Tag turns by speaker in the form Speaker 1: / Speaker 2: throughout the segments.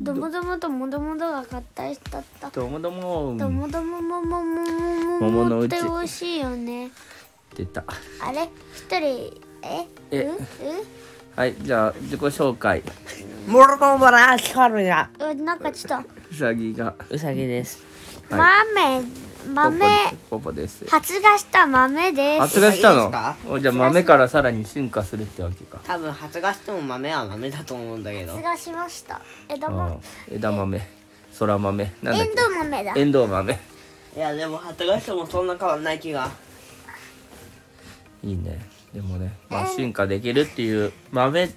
Speaker 1: もともともとが合体したった
Speaker 2: どうもどうも
Speaker 1: ともともももももも
Speaker 2: 桃
Speaker 1: も
Speaker 2: の
Speaker 1: も
Speaker 2: 内
Speaker 1: って美味しいよね
Speaker 2: 出た
Speaker 1: あれ一人え
Speaker 2: え
Speaker 1: うん
Speaker 2: はいじゃあ自己紹介
Speaker 3: モロコモラヒカルや。
Speaker 1: うんうんなんかちょっと
Speaker 2: うさぎが
Speaker 3: うさぎです。
Speaker 1: 豆豆
Speaker 2: ポポポポです
Speaker 1: 発芽した豆です
Speaker 2: 発芽した
Speaker 3: うさぎで
Speaker 2: のおじゃあ豆からさらに進化するってわけか
Speaker 3: 多分発芽しても豆は豆だと思うんだけど
Speaker 1: 発。芽しました枝
Speaker 2: あ
Speaker 1: 豆
Speaker 2: ー枝豆空豆なんだ
Speaker 1: エ
Speaker 2: っ
Speaker 1: ンドウ豆だ
Speaker 2: けエンドウ豆
Speaker 3: いやでも発芽してもそんな変わんない気が。
Speaker 2: いいねでもね、まあ、進化できるっていう豆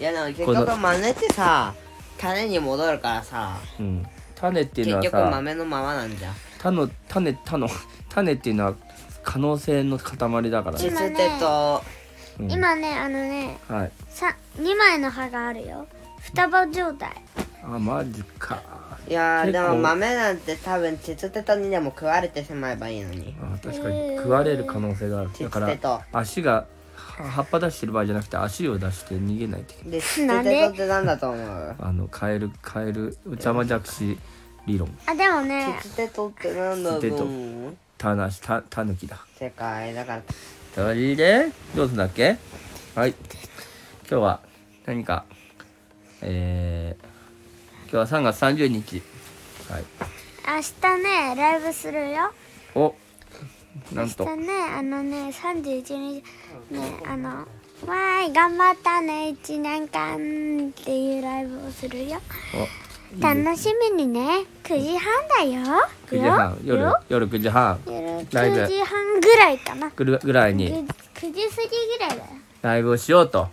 Speaker 3: いやでも結
Speaker 2: こ
Speaker 3: 局
Speaker 2: の
Speaker 3: 豆ってさ、種に戻るからさ、
Speaker 2: うん種っていう
Speaker 3: 結
Speaker 2: のは
Speaker 3: 局
Speaker 2: さ
Speaker 3: 豆のままなんじゃん。
Speaker 2: 他の種他の種っていうのは可能性の塊だから
Speaker 3: う
Speaker 2: ね、
Speaker 1: 今ね
Speaker 3: つてと、
Speaker 2: うん
Speaker 1: 今ねあのね
Speaker 2: はい
Speaker 1: さ2枚の葉があるよ双葉状態
Speaker 2: あマジか
Speaker 3: いやー
Speaker 2: 結
Speaker 3: で
Speaker 2: 構
Speaker 3: も豆なんて多分チツテトにでも食われてしまえばいいのに。
Speaker 2: あ確かに食われる可能性がある、
Speaker 3: えー
Speaker 2: だか
Speaker 3: 手つけ
Speaker 2: ら
Speaker 3: た
Speaker 2: 足がは葉っぱ出してる場合じゃなくて足を出して逃げないといけない
Speaker 3: で、チツテトってなんだと思う
Speaker 2: あのカエルカエルおちゃまじゃくし理論
Speaker 1: あでもね
Speaker 3: チツテトってなんだと思う
Speaker 2: たなしたたぬきだ
Speaker 3: 世界だから
Speaker 2: とりでどうすんだっけはい今日は何かえー、今日は3月30日はい
Speaker 1: 明日ねライブするよ
Speaker 2: おなん
Speaker 1: 明
Speaker 2: と
Speaker 1: 日ねあのね31日ねあの「わーい頑張ったね1年間」っていうライブをするよ楽しみにね9時半だよ
Speaker 2: 9時半
Speaker 1: よ
Speaker 2: 夜
Speaker 1: よ
Speaker 2: 夜9時半
Speaker 1: 夜
Speaker 2: ライブ
Speaker 1: 9時半ぐらいかな
Speaker 2: ぐるぐらい
Speaker 1: 9,
Speaker 2: に
Speaker 1: 9時過ぎぐらいだよ
Speaker 2: ライブをしようと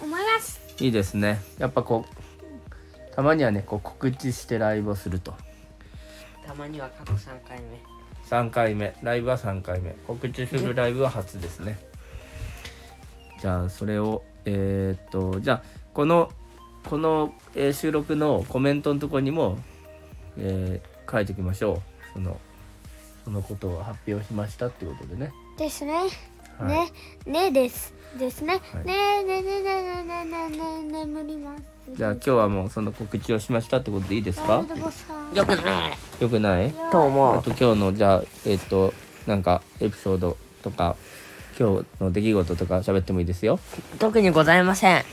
Speaker 1: 思います
Speaker 2: いいですねやっぱこうたまにはねこう告知してライブをすると
Speaker 3: たまには過去3回目
Speaker 2: 3回目ライブは3回目告知するライブは初ですねじゃあそれをえーっとじゃあこのこの、えー収録のコメントのところにも、えー書いておきましょうそのそのことを発表しましたってことでね
Speaker 1: ですね。
Speaker 2: はい
Speaker 1: ね、ねです。ですね。
Speaker 2: はい
Speaker 1: ねねねねねねねね眠ります。
Speaker 2: じゃあ今日はもうその告知をしましたってことでいいです
Speaker 1: ワ
Speaker 2: か
Speaker 1: ールドボスさん。
Speaker 3: よくない
Speaker 2: よくない
Speaker 3: と
Speaker 2: あ
Speaker 3: 思
Speaker 2: と今日のじゃあえーっとなんかエピソードとか今日の出来事とか喋ってもいいですよ
Speaker 3: う特にございません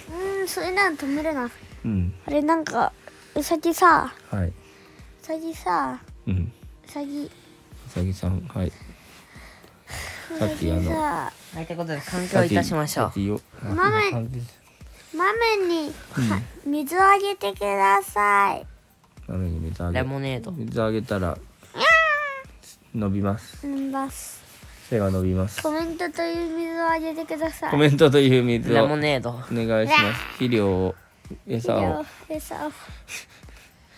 Speaker 1: うん、それなの止めるな。
Speaker 2: うん
Speaker 1: あれなんかうさぎさ、
Speaker 2: はいう
Speaker 1: さぎさ、
Speaker 2: うん
Speaker 1: うさぎ、
Speaker 2: うさぎさんはい
Speaker 1: う
Speaker 2: さ
Speaker 1: さ
Speaker 2: っきあ
Speaker 1: ぎ
Speaker 2: の
Speaker 1: さ、
Speaker 3: はいということで環境いたしましょう
Speaker 2: う
Speaker 1: 豆豆には水をあげてください。
Speaker 2: 豆に水あげ
Speaker 3: レモネード
Speaker 2: 水あげたら伸びます
Speaker 1: うんバス。
Speaker 2: 背が伸びます
Speaker 1: コメントという水をあげてください。
Speaker 2: コメントという水
Speaker 3: レ
Speaker 2: をお
Speaker 3: モ
Speaker 2: 願
Speaker 3: ネード
Speaker 2: いします肥料を餌を
Speaker 1: 餌を。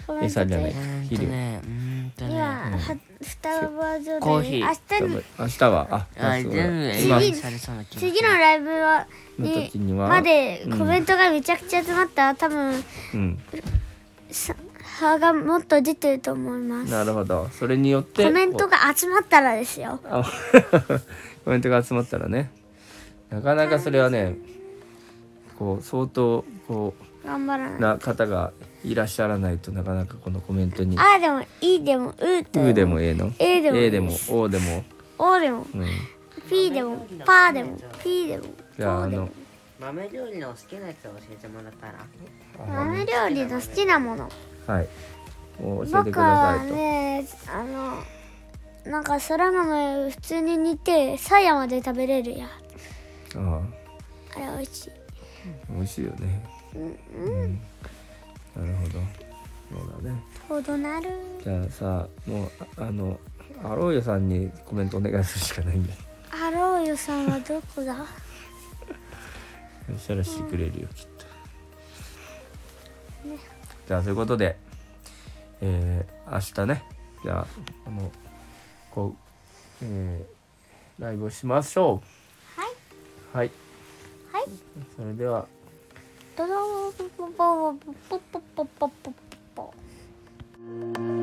Speaker 1: コメント
Speaker 2: 餌
Speaker 1: と
Speaker 2: じゃな
Speaker 1: いう
Speaker 2: いう
Speaker 3: ーんと
Speaker 2: 肥料
Speaker 3: ねうーんと
Speaker 1: 今、
Speaker 3: ね
Speaker 1: は双葉状態
Speaker 3: コーヒー
Speaker 1: 明日に
Speaker 2: 明日はあ
Speaker 3: あ
Speaker 2: あ
Speaker 3: 全
Speaker 2: そう
Speaker 3: 部
Speaker 2: だ
Speaker 3: 英
Speaker 2: 今
Speaker 3: 語
Speaker 1: 次
Speaker 3: にされそうな気がする
Speaker 1: 次のライブは
Speaker 2: の時には
Speaker 1: まで
Speaker 2: うん
Speaker 1: コメントがめちゃくちゃ集まったら多分
Speaker 2: うん
Speaker 1: さ葉がもっと出てると思います
Speaker 2: なるほどそれによって
Speaker 1: コメントが集まったらですよ
Speaker 2: あ コメントが集まったらねなかなかそれはねこう相当こ
Speaker 1: 頑張ら
Speaker 2: う
Speaker 1: ない
Speaker 2: な方がいらっしゃらないとなかなかこのコメントに
Speaker 1: あでも「い」でも「う」
Speaker 2: 「
Speaker 1: と
Speaker 2: う」でも「え」の「
Speaker 1: A でも
Speaker 2: A」でも「O」でも、
Speaker 1: 「お」でも
Speaker 2: うん、
Speaker 1: 「P」でも「パ」でも「P」でも
Speaker 2: じゃああの
Speaker 3: 豆料理の好きなやつを教えてもらったら
Speaker 1: 豆料理の好きなもの
Speaker 2: はいを教えてく
Speaker 1: 僕
Speaker 2: だ
Speaker 1: は
Speaker 2: さいと、
Speaker 1: ねあのなんかそら豆普通に煮てさやまで食べれるや
Speaker 2: あ
Speaker 1: あれ美味しい
Speaker 2: あ美味しいよねうん、なるほどそうだね
Speaker 1: ほどなる
Speaker 2: じゃあさもうああのアローヨさんにコメントお願いするしかないんだ
Speaker 1: ハローよさんはどこだ
Speaker 2: そしたらしてくれるよきっと。じゃあそういうことで、えー、明日ねじゃああのこう、えー、ライブをしましょ
Speaker 1: はい。
Speaker 2: う。はい。
Speaker 1: はい。
Speaker 2: それでは
Speaker 1: ドドーンポポポポポポポポポポ